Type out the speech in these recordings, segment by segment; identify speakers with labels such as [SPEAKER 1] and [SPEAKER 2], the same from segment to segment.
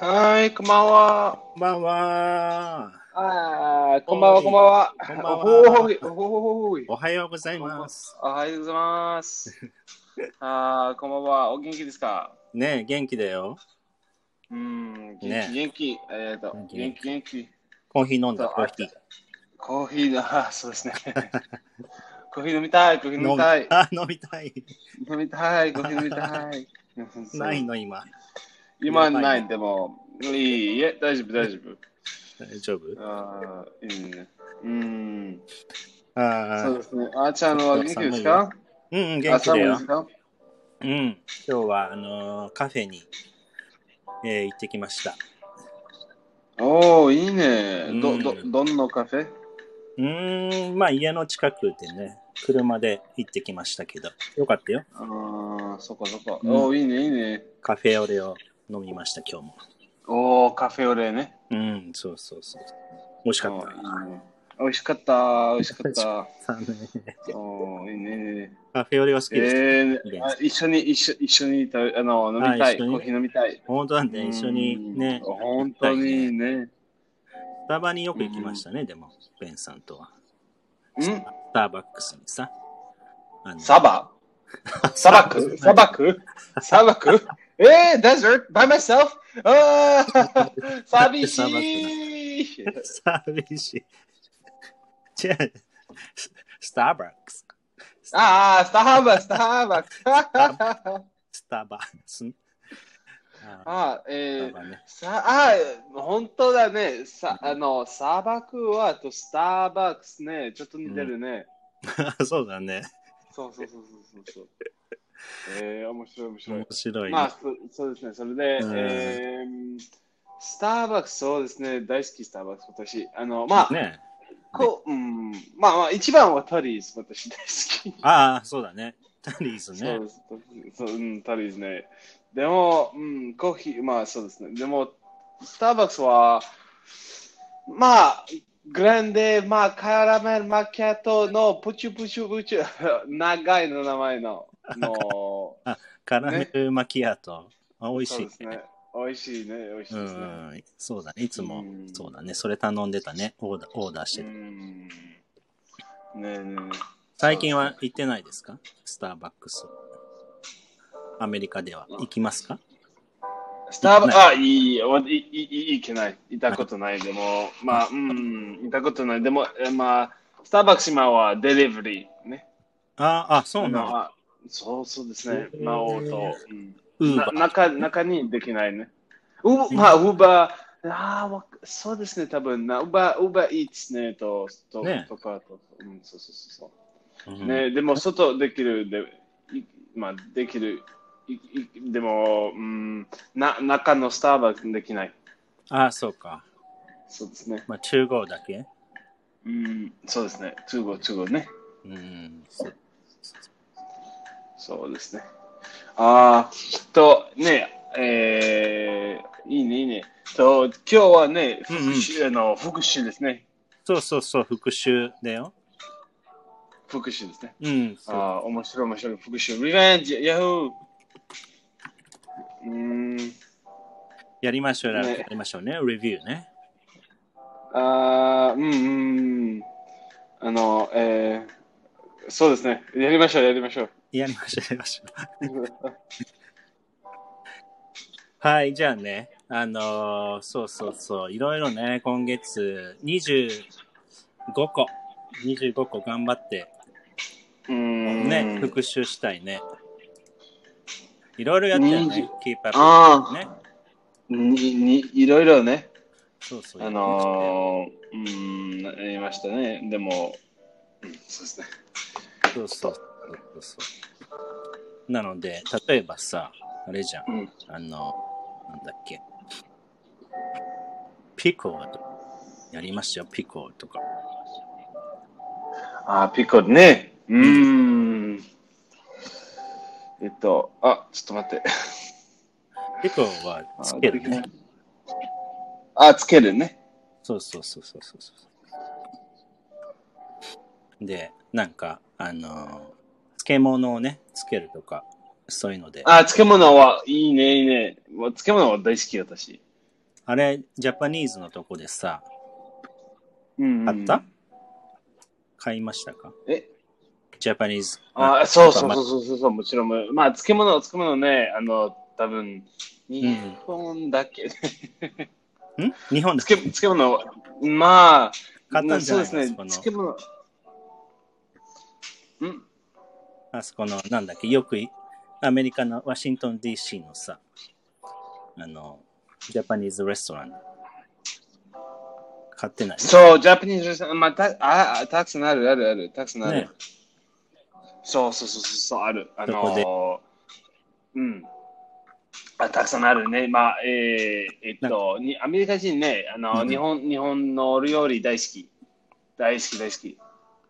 [SPEAKER 1] はーい、こんばんは。
[SPEAKER 2] こんばんは。
[SPEAKER 1] あーこんばんは、こんばんは。
[SPEAKER 2] こんばんは
[SPEAKER 1] おほーい、おほーい。
[SPEAKER 2] おはようございます。
[SPEAKER 1] おはようございます。 あーこんばんは。お元気ですか
[SPEAKER 2] ねえ、元気だよ。
[SPEAKER 1] うん、元気、
[SPEAKER 2] ね
[SPEAKER 1] 元気。えっ、と、元
[SPEAKER 2] 元
[SPEAKER 1] 気、
[SPEAKER 2] 気
[SPEAKER 1] 元気。
[SPEAKER 2] コーヒー飲んだ、
[SPEAKER 1] そう
[SPEAKER 2] コーヒー。
[SPEAKER 1] コーヒーだ、あー そうですね。コーヒー飲みたい、コーヒー飲みたい。
[SPEAKER 2] あ、飲みたい。
[SPEAKER 1] 飲みたい、コーヒー飲みたい。
[SPEAKER 2] ないの、今。
[SPEAKER 1] 今な、
[SPEAKER 2] ないい
[SPEAKER 1] でも、いいえ、大丈夫、大丈夫。
[SPEAKER 2] 大丈夫
[SPEAKER 1] あーいいね。うん、
[SPEAKER 2] あ
[SPEAKER 1] そう
[SPEAKER 2] あ、
[SPEAKER 1] ですね。あーちゃんは元気ですか
[SPEAKER 2] うんうん、
[SPEAKER 1] あ
[SPEAKER 2] 元気だ
[SPEAKER 1] 寒いで
[SPEAKER 2] よ
[SPEAKER 1] す。か
[SPEAKER 2] うん。今日は、あのーカフェに、えー行ってきました。
[SPEAKER 1] おお、いいね。
[SPEAKER 2] う
[SPEAKER 1] ど、
[SPEAKER 2] ん
[SPEAKER 1] ど、どんなカフェ
[SPEAKER 2] うーん、まあ、家の近くでね、車で行ってきましたけど、よかったよ。
[SPEAKER 1] ああ、そこそこ。
[SPEAKER 2] うん
[SPEAKER 1] おお、いいね、いいね。
[SPEAKER 2] カフェオレを飲みました、今日も。
[SPEAKER 1] おお、カフェオレね。
[SPEAKER 2] うん、そうそうそう。美味しかっ。
[SPEAKER 1] おーいいね美味しかった、美味しかった
[SPEAKER 2] 寒い
[SPEAKER 1] た。おお、いいね、いいね。
[SPEAKER 2] カフェオレが好き
[SPEAKER 1] え
[SPEAKER 2] です。
[SPEAKER 1] ー、あ一緒に、一緒、一緒に食べ、あの、飲みた
[SPEAKER 2] あ
[SPEAKER 1] い。
[SPEAKER 2] 一緒に
[SPEAKER 1] コーヒー飲みたい。
[SPEAKER 2] 本当なんで、一緒にね、
[SPEAKER 1] うん本当にね。
[SPEAKER 2] スタバによく行きましたね、でも、ベンさんとは。
[SPEAKER 1] ん
[SPEAKER 2] スターバックスにさ。あの
[SPEAKER 1] サバ砂漠砂漠砂漠えー、desert by myself? ああ、寂しい
[SPEAKER 2] 寂しい。じゃあ、ススターバックス。
[SPEAKER 1] ああ、スターバックス、スターバックス。
[SPEAKER 2] スタバス。あ
[SPEAKER 1] あー
[SPEAKER 2] ー
[SPEAKER 1] えー、
[SPEAKER 2] スタバね
[SPEAKER 1] さあー、本当だね。さあの、砂漠はとスターバックスね、ちょっと似てるね。
[SPEAKER 2] そうだね。
[SPEAKER 1] そうそうそうそうそうそう。えー、面白い面白い
[SPEAKER 2] 面。白いね。
[SPEAKER 1] まあ、そそうですね。それで、
[SPEAKER 2] うん
[SPEAKER 1] えー、スターバックス、そうですね。大好きスターバックス、私。あの、まあ、
[SPEAKER 2] ね
[SPEAKER 1] こう、うん、まあまあ、一番はタリーズ、私大好き。
[SPEAKER 2] ああ、そうだね。タリーズ
[SPEAKER 1] そ
[SPEAKER 2] ね
[SPEAKER 1] う。ですそう、うん、タリーズね。でも、うん、コーヒー、まあそうですね。でも、スターバックスは、まあ、グランデ、まあ、カラメルマキャトのプチュプチュプチュ、長いの名前の、の、
[SPEAKER 2] カラメルマキアート。あ美味
[SPEAKER 1] そう
[SPEAKER 2] し
[SPEAKER 1] です
[SPEAKER 2] いね
[SPEAKER 1] ね。。美味しいね、美味しいうですね。
[SPEAKER 2] ん、そうだね。いつも
[SPEAKER 1] うん、
[SPEAKER 2] そうだね。それ頼んでたね。オーダー、オーダーして
[SPEAKER 1] う
[SPEAKER 2] た。
[SPEAKER 1] ん。ねえねえ。
[SPEAKER 2] 最近は行ってないですかスターバックス。アメリカでは行きますか
[SPEAKER 1] スターバ
[SPEAKER 2] ね
[SPEAKER 1] あ、いい、わいい、いい、いけない。いたことない。でも、まあ、うん、いたことない。でも、えまあ、スターバックス今はデリバリーね。
[SPEAKER 2] ああ、そうな
[SPEAKER 1] あ
[SPEAKER 2] の
[SPEAKER 1] のあそうそうですね。
[SPEAKER 2] へー
[SPEAKER 1] まあ、オート。うん
[SPEAKER 2] ウー
[SPEAKER 1] な
[SPEAKER 2] バー。
[SPEAKER 1] 中中にできないね。うまあ、ウーバー、ああ、わかそうですね、多分な。ウーバー、ウーバーイーツね、と、と、
[SPEAKER 2] ね
[SPEAKER 1] とかと、うん、そうそうそう
[SPEAKER 2] うん
[SPEAKER 1] そう。ね、でも、外できる、で、いまあ、できる、いいでも、うん、な、中のスターバックスできない。
[SPEAKER 2] ああ、そうか。
[SPEAKER 1] そうですね。
[SPEAKER 2] まあ、中国だけ
[SPEAKER 1] うん、そうですね。中国、中国ね。
[SPEAKER 2] うん。そう
[SPEAKER 1] そうですね。あーと、ね、えー、いいね、いいね。と、今日はね、
[SPEAKER 2] うんうん
[SPEAKER 1] 復習、あの、復習ですね。
[SPEAKER 2] そうそうそう、復習だよ。
[SPEAKER 1] 復習ですね。
[SPEAKER 2] うん。そう
[SPEAKER 1] あー面白い、面白い。復習。リベンジ、ヤフーうーん、
[SPEAKER 2] やりましょう、や
[SPEAKER 1] ね
[SPEAKER 2] りましょうね。レビューね。
[SPEAKER 1] あー、うん、うん。あの、えー、そうですね。やりましょう、やりま しょう。
[SPEAKER 2] やりましょう、やりましょう。はい、じゃあね、あのーそうそうそう、いろいろね、今月25個、25個頑張って
[SPEAKER 1] うーん。
[SPEAKER 2] ね、復習したいね。いろいろやったよね、キーパー
[SPEAKER 1] あ
[SPEAKER 2] ね。
[SPEAKER 1] ー、に、に、いろいろね。
[SPEAKER 2] そうそう。
[SPEAKER 1] あのー、うーん、なりましたね。でも、うんそうですね。
[SPEAKER 2] そうそうそうそう。なので、例えばさ、あれじゃん、
[SPEAKER 1] うん、
[SPEAKER 2] あの、なんだっけ。ピコーとかやりましたよ、ピコーとか。
[SPEAKER 1] あー、ピコね。うーん。えっと、あ、ちょっと待って。
[SPEAKER 2] ピコーはつけるね。
[SPEAKER 1] あ、つけるね。
[SPEAKER 2] そうそうそうそうそうそう。で、なんか、あのー漬物をね、つけるとか、そういうので。
[SPEAKER 1] あ、漬物はいいね、いいね。もう漬物は大好き、私。
[SPEAKER 2] あれ、ジャパニーズのとこでさ、
[SPEAKER 1] うん
[SPEAKER 2] あった買いましたか
[SPEAKER 1] え
[SPEAKER 2] ジャパニーズ。
[SPEAKER 1] あそうそうそうそうそうそう、もちろん。まあ、漬物、漬物ね、あの、多分日本だけ、
[SPEAKER 2] ん日本です
[SPEAKER 1] 漬漬物、まあ、
[SPEAKER 2] 買ったんじゃない
[SPEAKER 1] そうですね、
[SPEAKER 2] あそ
[SPEAKER 1] 漬物。ん
[SPEAKER 2] あそこの、なんだっけ、よくいアメリカのワシントン DC のさ、あの、ジャパニーズレストラン。買ってない。
[SPEAKER 1] そう、ジャパニーズレストラン、まあ、たああたくさんある、ある、ある、たくさんある。
[SPEAKER 2] ね
[SPEAKER 1] そうそうそうそう、ある。あ
[SPEAKER 2] ど
[SPEAKER 1] のー、うん。あたくさんあるね。まあ、えー、えっと、にアメリカ人ね、あの、
[SPEAKER 2] うん
[SPEAKER 1] 日本、日本の料理大好き。大好き、大好き。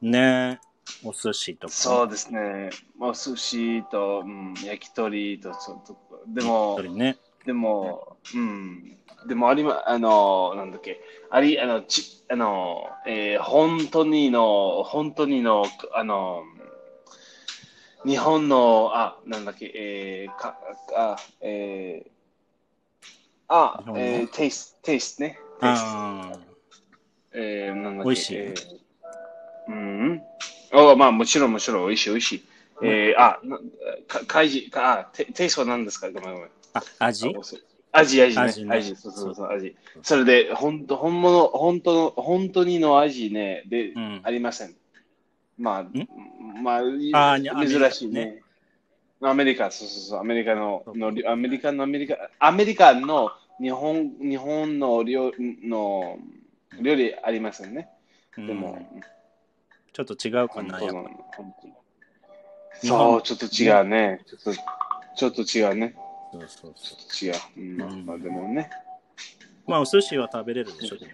[SPEAKER 2] ねお寿司とか。
[SPEAKER 1] そうですね。まあ、寿司と、うん、焼き鳥と、ちょっと、でも
[SPEAKER 2] そ、れね。
[SPEAKER 1] でも、うん。でもありま、あの、なんだっけ、あり、あの、ち、あの、えー本当にの、本当にの、あの、日本の、あ、なんだっけ、えー、か、あ、えー、あ
[SPEAKER 2] 日本、の
[SPEAKER 1] えー、テイスト、テイストね。テイスト。
[SPEAKER 2] ああ。
[SPEAKER 1] えー、なんだっけ。
[SPEAKER 2] 美味しい
[SPEAKER 1] えーうん。おまあ、もちろん、もちろん、美味しい、美味しい。えー、あ、なか、かいじ、か、あ、テテイストは何ですかごめん、ごめん。
[SPEAKER 2] あ、味
[SPEAKER 1] アジアジね。
[SPEAKER 2] ア
[SPEAKER 1] ア
[SPEAKER 2] ジ
[SPEAKER 1] ジ、
[SPEAKER 2] ね
[SPEAKER 1] そうそうそう、アジ。それで、本当本物、本当の、本当にのアジね、で、
[SPEAKER 2] うん
[SPEAKER 1] ありません。ま
[SPEAKER 2] ん
[SPEAKER 1] あ、ま
[SPEAKER 2] あ
[SPEAKER 1] あ、
[SPEAKER 2] にアメリカ
[SPEAKER 1] 珍しい
[SPEAKER 2] ね
[SPEAKER 1] ね。アメリカ、そうそうそう、アメリカの
[SPEAKER 2] そ、う
[SPEAKER 1] のりアメリカのアメリカ、アメリカの日本、日本の料の料理ありませんね。
[SPEAKER 2] うん
[SPEAKER 1] でも、
[SPEAKER 2] ちょっと違うか
[SPEAKER 1] 本
[SPEAKER 2] な、
[SPEAKER 1] 当
[SPEAKER 2] やっ
[SPEAKER 1] の
[SPEAKER 2] ぱ。
[SPEAKER 1] 本当の
[SPEAKER 2] 日本
[SPEAKER 1] そう、ちょっと違うね。ちょっとちょっと違うね。
[SPEAKER 2] そうそうそう。
[SPEAKER 1] 違う。うんまあまあ、でもね。
[SPEAKER 2] まあ、お寿司は食べれるでしょ。でも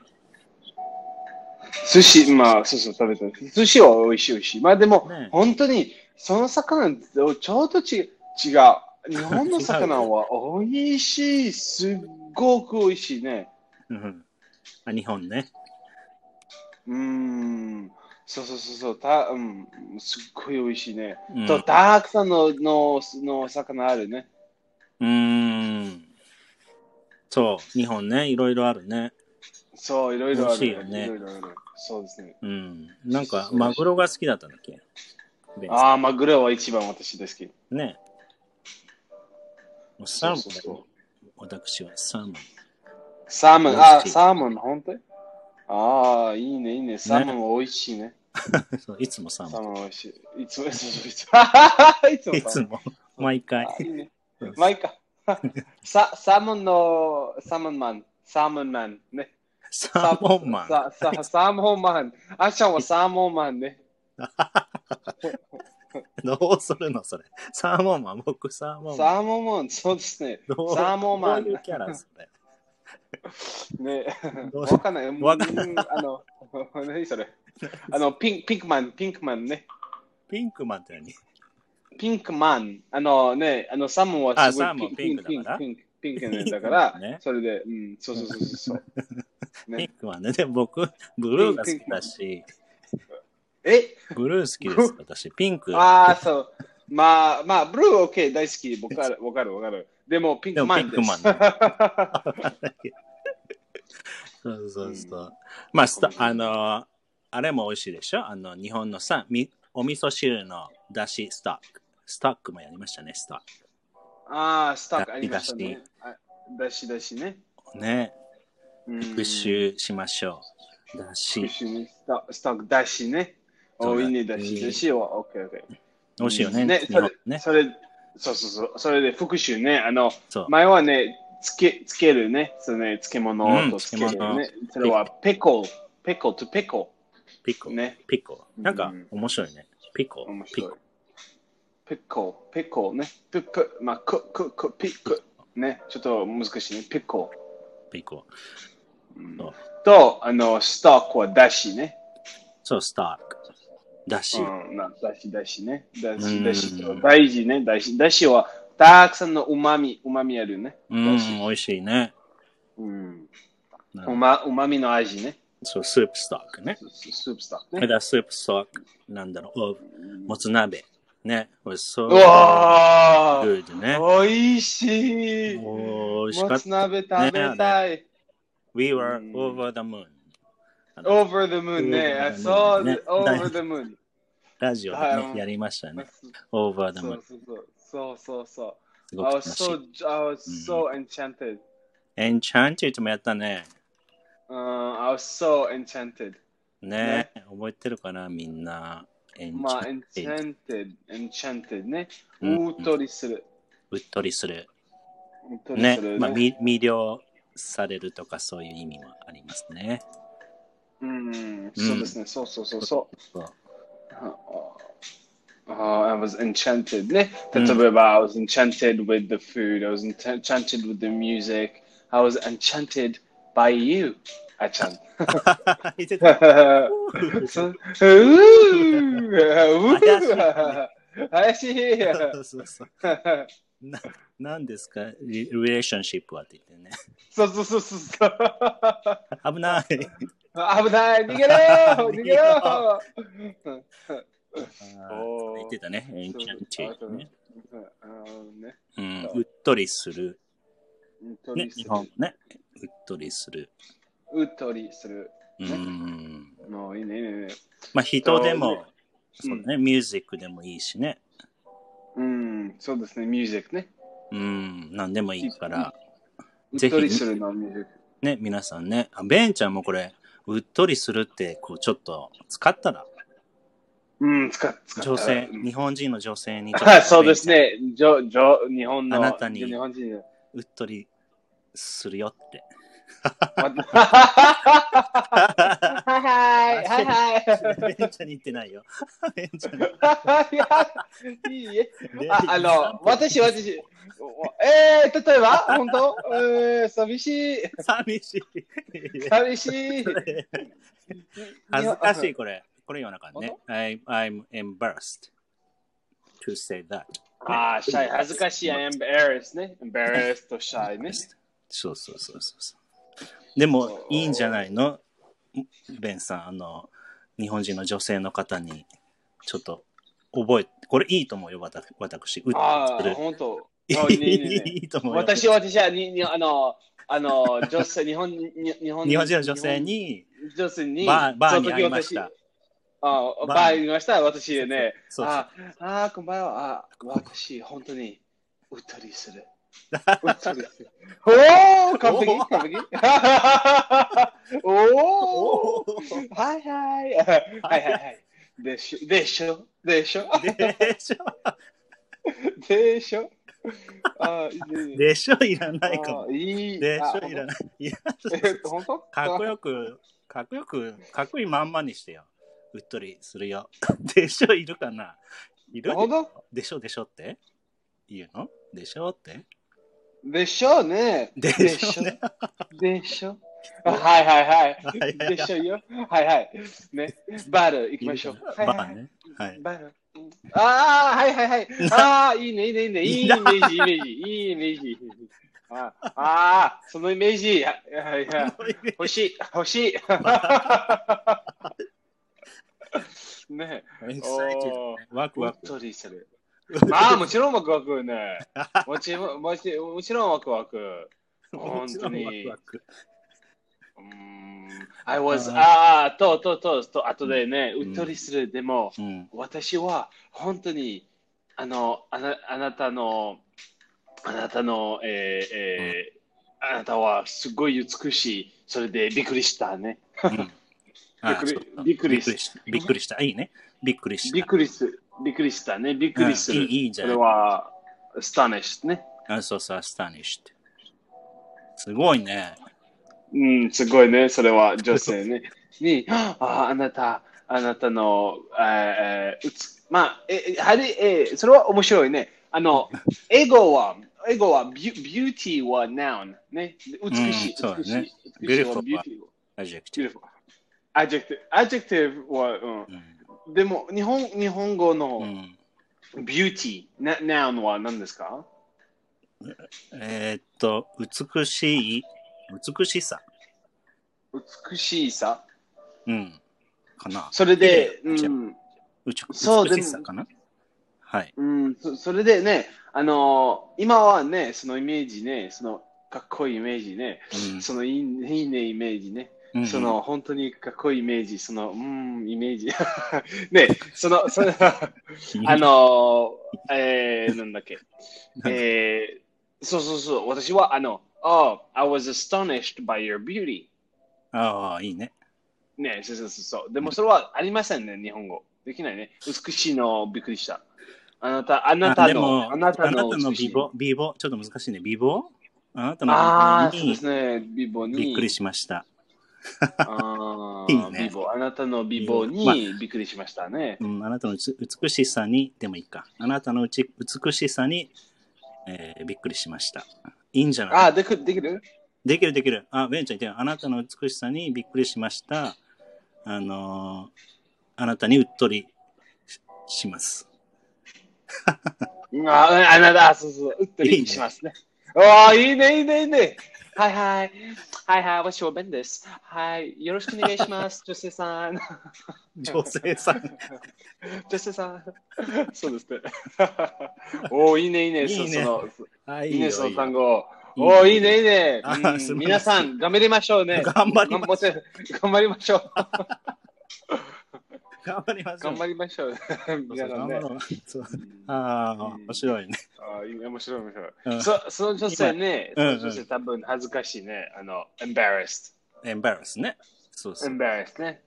[SPEAKER 1] 寿司、まあ、そうそう、食べた。寿司は美味しい、美味しい。まあでも、
[SPEAKER 2] ね
[SPEAKER 1] 本当に、その魚とちょっとち違う。日本の魚は美味しい。すっごく美味しいね。
[SPEAKER 2] うん。あ、日本ね。
[SPEAKER 1] うーん。そうそうそうそう。たうん、すっごい美味しいね。
[SPEAKER 2] うん
[SPEAKER 1] と、たくさんの、の、の魚あるね。
[SPEAKER 2] うーん。そう、日本ね、いろいろあるね。
[SPEAKER 1] そう、いろいろある。
[SPEAKER 2] 美味しいよね
[SPEAKER 1] ろろある。そうですね。
[SPEAKER 2] うん。なんか、マグロが好きだったんだっけベンさん
[SPEAKER 1] ああ、マグロは一番私大好き。
[SPEAKER 2] ね。もうサー
[SPEAKER 1] そうそ
[SPEAKER 2] モン
[SPEAKER 1] うそう。
[SPEAKER 2] 私はサーモン。
[SPEAKER 1] サーモン、
[SPEAKER 2] 美
[SPEAKER 1] あ
[SPEAKER 2] 味しい
[SPEAKER 1] サーモン、本当にああ、いいね、いいね。サーモン美味しいね。
[SPEAKER 2] そういつもサー
[SPEAKER 1] サーモ
[SPEAKER 2] モ
[SPEAKER 1] ン美味しい。いつも、いつも、いつも。
[SPEAKER 2] ン。いつも、毎回。
[SPEAKER 1] あいいね
[SPEAKER 2] そう
[SPEAKER 1] まあいいか。 ササーモンの、サーモンマン。サーモンマン。ね。
[SPEAKER 2] サーモンマン。
[SPEAKER 1] サササーモンマン。あっちゃんはサーモンマンね。
[SPEAKER 2] どうするのそれ。サーモンマン、僕サーモンマン。
[SPEAKER 1] サーモンマン、そうですね。
[SPEAKER 2] どう
[SPEAKER 1] サーモンマン
[SPEAKER 2] どういうキャラそれ。
[SPEAKER 1] ね。
[SPEAKER 2] どう
[SPEAKER 1] わかんない。うん
[SPEAKER 2] わかん
[SPEAKER 1] あの、 何それ。あの、ピンピンクマン、ピンクマンね。
[SPEAKER 2] ピンクマンって何
[SPEAKER 1] ピンクマン。あのね、あの、サーモンはすご
[SPEAKER 2] あサーモン
[SPEAKER 1] いピンク、
[SPEAKER 2] ピ
[SPEAKER 1] ピン
[SPEAKER 2] ンクだから
[SPEAKER 1] ク、ピンク、ピンク、ピンクねだから、
[SPEAKER 2] ピンクね
[SPEAKER 1] それで、うん、そうそうそうそう。ね
[SPEAKER 2] ピンクマンね。で、僕、ブルーが好きだし、
[SPEAKER 1] え
[SPEAKER 2] ブルー好きです、私。ピンク。
[SPEAKER 1] ああ、そう。まあ、まあ、ブルー、オッケー、大好き。僕は、わかる、わかる。でも、ピン
[SPEAKER 2] で
[SPEAKER 1] ク
[SPEAKER 2] も
[SPEAKER 1] マ
[SPEAKER 2] ピン
[SPEAKER 1] ンで
[SPEAKER 2] クマン
[SPEAKER 1] す。
[SPEAKER 2] ね。そうそうそう。まあ、スタあのーあれも美味しいでしょあの、日本のさ、みお味噌汁のだし、スタック。スタックもやりましたね、スタ
[SPEAKER 1] ああ、スタッ
[SPEAKER 2] だ
[SPEAKER 1] クありました
[SPEAKER 2] だし
[SPEAKER 1] ね。あだしだしね。
[SPEAKER 2] ック。ね。
[SPEAKER 1] うん
[SPEAKER 2] 復。習しましょう。だし
[SPEAKER 1] 復。習ね。スタスタックだしね。
[SPEAKER 2] そう
[SPEAKER 1] お
[SPEAKER 2] だ
[SPEAKER 1] いいね、だしだしは、オッケー、オッケー。
[SPEAKER 2] 美味しいよね。
[SPEAKER 1] ね、
[SPEAKER 2] 日
[SPEAKER 1] そ
[SPEAKER 2] 本
[SPEAKER 1] れ、
[SPEAKER 2] ね。
[SPEAKER 1] それ、そうそうそう。それで復習ね。あの、
[SPEAKER 2] そう。
[SPEAKER 1] 前はね、つけ、つけるね。そのね、漬
[SPEAKER 2] う
[SPEAKER 1] 物
[SPEAKER 2] ん
[SPEAKER 1] とつけるね。
[SPEAKER 2] 漬
[SPEAKER 1] それは、ペコ、ペコとペコ。
[SPEAKER 2] ピコ。
[SPEAKER 1] ね。
[SPEAKER 2] ピコ。なんか
[SPEAKER 1] うん
[SPEAKER 2] 面白いね。ピコ
[SPEAKER 1] 面。白
[SPEAKER 2] ピ
[SPEAKER 1] い
[SPEAKER 2] コ。。
[SPEAKER 1] ピッコ、ピッコね。ピップ、まあ、ク、ク、ク、ピック。ね、ちょっと難しいね。ピッコ。
[SPEAKER 2] ピコ。
[SPEAKER 1] うん
[SPEAKER 2] そう
[SPEAKER 1] と、あの、スタックはだしね。
[SPEAKER 2] そう、スタック。だし。
[SPEAKER 1] うん、なだし、だしね。だ
[SPEAKER 2] うん
[SPEAKER 1] し、だしと。大事ね。だし、だしはたくさんのうまみ、うまみあるね。
[SPEAKER 2] うん、
[SPEAKER 1] だ
[SPEAKER 2] 美
[SPEAKER 1] し
[SPEAKER 2] 味しいね。
[SPEAKER 1] うん。
[SPEAKER 2] な
[SPEAKER 1] うま、うまみの味ね。
[SPEAKER 2] そう、スープスタックね。
[SPEAKER 1] ススープスタック
[SPEAKER 2] ま
[SPEAKER 1] ね。
[SPEAKER 2] だスープスタック。なんだろう。おもつ鍋。ね。美味しそうう。
[SPEAKER 1] わ
[SPEAKER 2] グードね。
[SPEAKER 1] ーおいしい
[SPEAKER 2] おー美味しか
[SPEAKER 1] も
[SPEAKER 2] っ
[SPEAKER 1] つ
[SPEAKER 2] た。
[SPEAKER 1] 鍋食べたい。
[SPEAKER 2] We were
[SPEAKER 1] うん
[SPEAKER 2] over the moon. あの
[SPEAKER 1] Over the moon ね。あそう、
[SPEAKER 2] ね
[SPEAKER 1] Over the moon。
[SPEAKER 2] ラジオで、ね
[SPEAKER 1] はい
[SPEAKER 2] やりましたね。
[SPEAKER 1] そ
[SPEAKER 2] Over the
[SPEAKER 1] う
[SPEAKER 2] moon.
[SPEAKER 1] そうそう。そうそうそう。
[SPEAKER 2] す
[SPEAKER 1] I
[SPEAKER 2] ごく
[SPEAKER 1] was
[SPEAKER 2] 楽し
[SPEAKER 1] so,
[SPEAKER 2] い。
[SPEAKER 1] I was so enchanted.、
[SPEAKER 2] Enchanted もやったね。
[SPEAKER 1] うん、I was so enchanted.
[SPEAKER 2] ね覚えてるかな、みんな。
[SPEAKER 1] まあ、
[SPEAKER 2] Enchanted。
[SPEAKER 1] enchanted, enchanted ね。
[SPEAKER 2] うん
[SPEAKER 1] うっとりする。
[SPEAKER 2] うっとりする。
[SPEAKER 1] うっとり
[SPEAKER 2] ね
[SPEAKER 1] する。
[SPEAKER 2] まあ、み魅了されるとかそういう意味もありますね。
[SPEAKER 1] うん、そうですね。そうそうそうそう。
[SPEAKER 2] そう
[SPEAKER 1] あ I was enchanted ね。例えば、I was enchanted with the food, I was enchanted with the music, I was enchanted by you, あちゃん。
[SPEAKER 2] 言って
[SPEAKER 1] う
[SPEAKER 2] た
[SPEAKER 1] ーうー怪しい。
[SPEAKER 2] そうそうそうななんですかリリレーションシップはって言ってね。
[SPEAKER 1] そうそうそうそう。
[SPEAKER 2] 危ない。
[SPEAKER 1] 危ない、逃げろ逃げろ
[SPEAKER 2] あー言ってたね。エンチャンチ
[SPEAKER 1] そうそう
[SPEAKER 2] ね。
[SPEAKER 1] あのね
[SPEAKER 2] うん。うっとりする。
[SPEAKER 1] うっと
[SPEAKER 2] ね、
[SPEAKER 1] りす
[SPEAKER 2] 日
[SPEAKER 1] る。
[SPEAKER 2] 本ね。うっとりする。
[SPEAKER 1] うっとりする。
[SPEAKER 2] うん。
[SPEAKER 1] もういいね、いいねいいね。
[SPEAKER 2] まあ人でも、
[SPEAKER 1] う
[SPEAKER 2] そ
[SPEAKER 1] ね
[SPEAKER 2] うね、ミュージックでもいいしね。
[SPEAKER 1] うん、そうですね、ミュージックね。
[SPEAKER 2] うん。なんでもいいから。
[SPEAKER 1] う
[SPEAKER 2] ぜ
[SPEAKER 1] っ
[SPEAKER 2] ひ
[SPEAKER 1] とりするのミュージック。
[SPEAKER 2] ね、皆さんね。あベンちゃんもこれ、うっとりするって、こう、ちょっと使ったら、
[SPEAKER 1] うん、使っ使った
[SPEAKER 2] 女性、
[SPEAKER 1] うん
[SPEAKER 2] 日本人の女性にちょっと
[SPEAKER 1] はい、 そうですね。じょじょ日本の
[SPEAKER 2] あなたに
[SPEAKER 1] 日本人の。
[SPEAKER 2] うっとりするよって。
[SPEAKER 1] ま はいはいはいは
[SPEAKER 2] ベンちゃんに言ってないよ。ベンちゃんに
[SPEAKER 1] い。いや いいえ。
[SPEAKER 2] ベン
[SPEAKER 1] ああの、私、私。えー、例えば本当えー、寂しい。
[SPEAKER 2] 寂しい。
[SPEAKER 1] 寂しい。
[SPEAKER 2] 恥ずかしい、
[SPEAKER 1] い。
[SPEAKER 2] これ。これ言わなあかんね。I, I'm embarrassed to say that.
[SPEAKER 1] あー、シャイ、恥ずかしい。I'm embarrassed ね。embarrassed と shy ね。
[SPEAKER 2] そうそうそうそうそう。でも
[SPEAKER 1] そ、う
[SPEAKER 2] いいんじゃないのベンさん、あの、日本人の女性の方に、ちょっと、覚えて、これいいと思うよ、わた私。うっ
[SPEAKER 1] あ
[SPEAKER 2] と
[SPEAKER 1] あ、
[SPEAKER 2] り
[SPEAKER 1] 本当。
[SPEAKER 2] す
[SPEAKER 1] あ
[SPEAKER 2] る
[SPEAKER 1] いいねいいね
[SPEAKER 2] いいと思うよ。
[SPEAKER 1] 私は私はににあのあの女 性日本に日本
[SPEAKER 2] 日本人の女性に、
[SPEAKER 1] 女性に
[SPEAKER 2] バーバー
[SPEAKER 1] その
[SPEAKER 2] に
[SPEAKER 1] 時
[SPEAKER 2] 会いました
[SPEAKER 1] 私。あ
[SPEAKER 2] バー
[SPEAKER 1] バーにいました私ね
[SPEAKER 2] そうそう。
[SPEAKER 1] ああーこんばんはあ私本当にうっとりす るうっとりするおお完璧
[SPEAKER 2] おー
[SPEAKER 1] 完璧 おお
[SPEAKER 2] おー
[SPEAKER 1] はいはい はいはいはいでしょでしょでしょ
[SPEAKER 2] でしょ
[SPEAKER 1] でしょあーいいね
[SPEAKER 2] でしょいらないかも。
[SPEAKER 1] あーいい
[SPEAKER 2] でし
[SPEAKER 1] あ
[SPEAKER 2] ょ いらない。いや、
[SPEAKER 1] え本当
[SPEAKER 2] かっこよく、かっこよく、かっこいいまんまにしてよ。うっとりするよ。 でしょいるかないる
[SPEAKER 1] 本当
[SPEAKER 2] でしょでしょって言うのでしょって
[SPEAKER 1] でしょうね。
[SPEAKER 2] でしょね。
[SPEAKER 1] でしょ。 はいはい
[SPEAKER 2] は
[SPEAKER 1] はいい。
[SPEAKER 2] は
[SPEAKER 1] で
[SPEAKER 2] い
[SPEAKER 1] しょよ。はいはい。ね。バル行きましょう。はい
[SPEAKER 2] バ
[SPEAKER 1] は
[SPEAKER 2] ー
[SPEAKER 1] い。
[SPEAKER 2] ね。はい。
[SPEAKER 1] バル。ああ、はいはいはい。ああ、いいね、いいね、いいね。いいイメージ、イメージ、いいイメージ。ああああ、そのイメージ。はいはいはい。欲しい、欲し い。ね。おー
[SPEAKER 2] ワク
[SPEAKER 1] う
[SPEAKER 2] ワ
[SPEAKER 1] っ
[SPEAKER 2] ク。
[SPEAKER 1] とりする。ああ、もちろんワクワクね。もちろん、もちろんもちろんワクワク。本当に。
[SPEAKER 2] ワク
[SPEAKER 1] うーん I was, あ
[SPEAKER 2] あ
[SPEAKER 1] あ、と、と、と、と、あとでね、
[SPEAKER 2] うん
[SPEAKER 1] うっとりする。でも、
[SPEAKER 2] うん。
[SPEAKER 1] 私は本当に、あの、あなあなたの、あなたの、えーえーあなたはすごい美しい。それでびっくりしたね。
[SPEAKER 2] あ
[SPEAKER 1] びっくり
[SPEAKER 2] そ
[SPEAKER 1] びっく
[SPEAKER 2] う
[SPEAKER 1] り
[SPEAKER 2] した。びっくりした。いいね。びっくりした。
[SPEAKER 1] びっくりする。びっくりしたね。びっくりす
[SPEAKER 2] うん
[SPEAKER 1] る。
[SPEAKER 2] いいいいんじ
[SPEAKER 1] そ
[SPEAKER 2] ゃな
[SPEAKER 1] れ
[SPEAKER 2] い
[SPEAKER 1] は、astonished ね。
[SPEAKER 2] あ、そうそう、アスタニッシュって。すごいね。
[SPEAKER 1] うん、すごいね、それ は女性ね。に、ああ、あなた、あなたの、えー、うつまあ、え、えはり、えー、それは面白いね。あ の、エゴは、エゴは、ビュビューティーはナウン、ね。美しい、
[SPEAKER 2] うん
[SPEAKER 1] 美し
[SPEAKER 2] そうだね
[SPEAKER 1] い、美しいは
[SPEAKER 2] Beautiful
[SPEAKER 1] ビューティーは。
[SPEAKER 2] アジェクティ
[SPEAKER 1] beautiful。アジェクティブ、アジェクティブは、
[SPEAKER 2] ブ。
[SPEAKER 1] うん。でも、日本、日本語
[SPEAKER 2] う
[SPEAKER 1] の
[SPEAKER 2] ん。
[SPEAKER 1] ビューティー、なナウンは何ですか
[SPEAKER 2] えーっと、美しい、美しさ。
[SPEAKER 1] 美しいさ。
[SPEAKER 2] うん。かな。
[SPEAKER 1] それで、
[SPEAKER 2] いいね
[SPEAKER 1] うん。
[SPEAKER 2] うち
[SPEAKER 1] そう
[SPEAKER 2] 美しさかなはい。
[SPEAKER 1] うん、そそれでね、あのー今はね、そのイメージね、そのかっこいいイメージね。
[SPEAKER 2] うん
[SPEAKER 1] そのいいいいね、イメージね。
[SPEAKER 2] うん
[SPEAKER 1] その本当にかっこいいイメージ、その、うん、イメージ。 ね、その、そ のあのー、えー、なんだっけ。えー、そうそうそう、私は、あの、Oh, I was astonished by your beauty.
[SPEAKER 2] ああ、いいね。
[SPEAKER 1] ね、そうそうそうそう。でもそれはありませんね、日本語。できないね。美しいのびっくりした。あなた、あな
[SPEAKER 2] あ
[SPEAKER 1] た
[SPEAKER 2] で
[SPEAKER 1] の、
[SPEAKER 2] も
[SPEAKER 1] あなたの
[SPEAKER 2] 美貌、美貌、ちょっと難しいね。美貌あなたの
[SPEAKER 1] ああー、
[SPEAKER 2] 美
[SPEAKER 1] そうで
[SPEAKER 2] 貌
[SPEAKER 1] すね、美貌
[SPEAKER 2] に
[SPEAKER 1] に。
[SPEAKER 2] びっくりしました。
[SPEAKER 1] あ
[SPEAKER 2] いい
[SPEAKER 1] ー美
[SPEAKER 2] ね
[SPEAKER 1] 貌あなたの美貌
[SPEAKER 2] まあ
[SPEAKER 1] にびっくりしましたね。
[SPEAKER 2] うん、あなたのうつ美しさに、でもいいか。あなたのうち美しさに、えーびっくりしました。いいんじゃない
[SPEAKER 1] あーでくできる
[SPEAKER 2] できるできる。あ、ベンちゃん言ってよ。あなたの美しさにびっくりしました。あのーあなたにうっとりしします。
[SPEAKER 1] うんあーあなた、あそうそう、うっとりしますね。ああ、いいね、いいね、いいね。はいはい。はいはい、私はベンです。はい、よろしくお願いし ます、女性さん。
[SPEAKER 2] 女性 さん。
[SPEAKER 1] 女性さん。そうですね。 おお、いいね、いいね。
[SPEAKER 2] いい
[SPEAKER 1] そ
[SPEAKER 2] ね
[SPEAKER 1] その
[SPEAKER 2] あ、
[SPEAKER 1] いいね、その単
[SPEAKER 2] 語。
[SPEAKER 1] 語。おお、いいね、いいね。
[SPEAKER 2] あー
[SPEAKER 1] うん
[SPEAKER 2] 素晴らしい
[SPEAKER 1] 皆さん、頑張りましょうね。
[SPEAKER 2] 頑張りま
[SPEAKER 1] 頑張って頑張りましょう。
[SPEAKER 2] 頑張ります。
[SPEAKER 1] 頑張りましょう。 皆さんね。
[SPEAKER 2] そうああ、面白いね。
[SPEAKER 1] あーいい面白い面白い。
[SPEAKER 2] うん
[SPEAKER 1] そその女性ね、
[SPEAKER 2] 今うんうん
[SPEAKER 1] その女性多分恥ずかしいね。あの、embarrassed。
[SPEAKER 2] embarrass ね。そうそう。
[SPEAKER 1] embarrassed ね。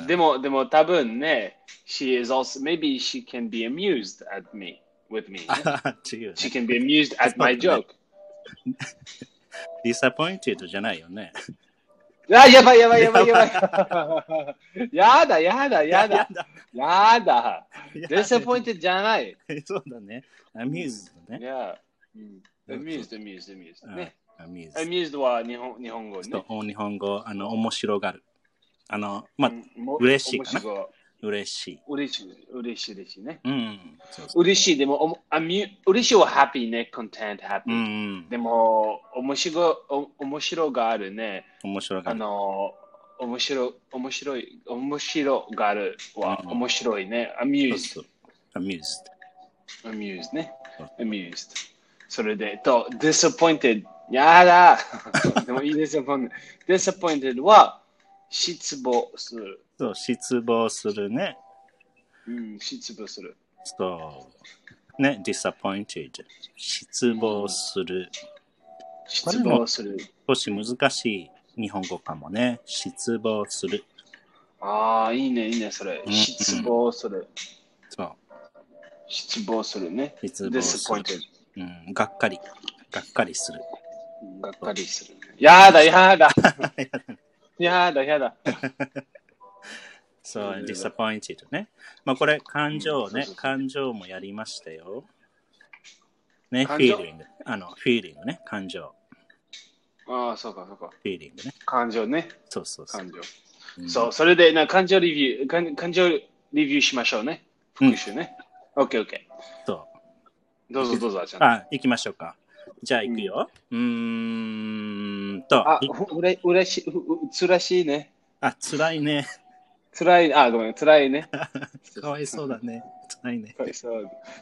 [SPEAKER 2] うん
[SPEAKER 1] でも、でも多分ね、she is also, maybe she can be amused at me, with me.
[SPEAKER 2] ああ、違うね。
[SPEAKER 1] she can be amused at my
[SPEAKER 2] そうね
[SPEAKER 1] joke.
[SPEAKER 2] disappointed じゃないよね。
[SPEAKER 1] あ、やばいやばいやばいやばい。やだやだやだ。や だ。disappointed じゃない。
[SPEAKER 2] そうだね。amused
[SPEAKER 1] い
[SPEAKER 2] ね。
[SPEAKER 1] や。うん amused, amused, amused. ね。
[SPEAKER 2] うん amused。
[SPEAKER 1] amused は日本日本語
[SPEAKER 2] ちょっ
[SPEAKER 1] ね。
[SPEAKER 2] と日本語、あの、面白がる。あの、まあ、
[SPEAKER 1] も
[SPEAKER 2] 嬉しいか
[SPEAKER 1] 面
[SPEAKER 2] な
[SPEAKER 1] 白
[SPEAKER 2] 嬉しい。
[SPEAKER 1] 嬉しい、嬉しいですね。
[SPEAKER 2] うん。そうそう。
[SPEAKER 1] 嬉しい、でも、おもあみ嬉しいは happy ね、content
[SPEAKER 2] う
[SPEAKER 1] happy。
[SPEAKER 2] ん。
[SPEAKER 1] でも、面白お面白があるね。
[SPEAKER 2] 面白が
[SPEAKER 1] あ
[SPEAKER 2] る。
[SPEAKER 1] の、面白面白い、面白があるは
[SPEAKER 2] うん
[SPEAKER 1] 面白いね。
[SPEAKER 2] そう
[SPEAKER 1] amused
[SPEAKER 2] そう。amused。
[SPEAKER 1] amused ね
[SPEAKER 2] そう。
[SPEAKER 1] amused。それで、と、disappointed。や だでもいいですよ、こんな disappointed は失望する。
[SPEAKER 2] そう、失望するね。
[SPEAKER 1] うん、失望する。
[SPEAKER 2] そう。ね、disappointed。失望する。
[SPEAKER 1] 失望する。
[SPEAKER 2] 少し難しい日本語かもね。失望する。
[SPEAKER 1] ああ、いいね、いいね、それ
[SPEAKER 2] う。ん
[SPEAKER 1] 失望する。
[SPEAKER 2] そう。
[SPEAKER 1] 失望するね。
[SPEAKER 2] 失望する。
[SPEAKER 1] disappointed。
[SPEAKER 2] うん。がっかり。がっかりする。
[SPEAKER 1] がっかりする。やだ、や だ。やだ、やだ。
[SPEAKER 2] そうう、
[SPEAKER 1] ん
[SPEAKER 2] disappointed ね。まあこれ、感
[SPEAKER 1] うん
[SPEAKER 2] 情
[SPEAKER 1] そうそう
[SPEAKER 2] ね
[SPEAKER 1] そう。
[SPEAKER 2] 感情もやりましたよ。ね、フ
[SPEAKER 1] 感
[SPEAKER 2] ィ
[SPEAKER 1] 情
[SPEAKER 2] ーリング。あの、フィーリングね。感情。
[SPEAKER 1] ああ、そうか、そうか。
[SPEAKER 2] フィーリングね。
[SPEAKER 1] 感情ね。
[SPEAKER 2] そうそうそう。
[SPEAKER 1] 感情。
[SPEAKER 2] うん
[SPEAKER 1] そう、それでな感情レビュー感、感情レビューしましょうね。
[SPEAKER 2] うん
[SPEAKER 1] 復習ね。オッケーオッケ
[SPEAKER 2] そう。
[SPEAKER 1] ー。どうぞどうぞ、あちゃん。
[SPEAKER 2] あ、行きましょうか。じゃあ行くよ。うーんと、
[SPEAKER 1] あ
[SPEAKER 2] い、
[SPEAKER 1] うれ、うれしい、う、つらしいね。
[SPEAKER 2] あ、辛いね。
[SPEAKER 1] つらい、あ、ごめん、つらいね。
[SPEAKER 2] かわいそうだね。辛いね。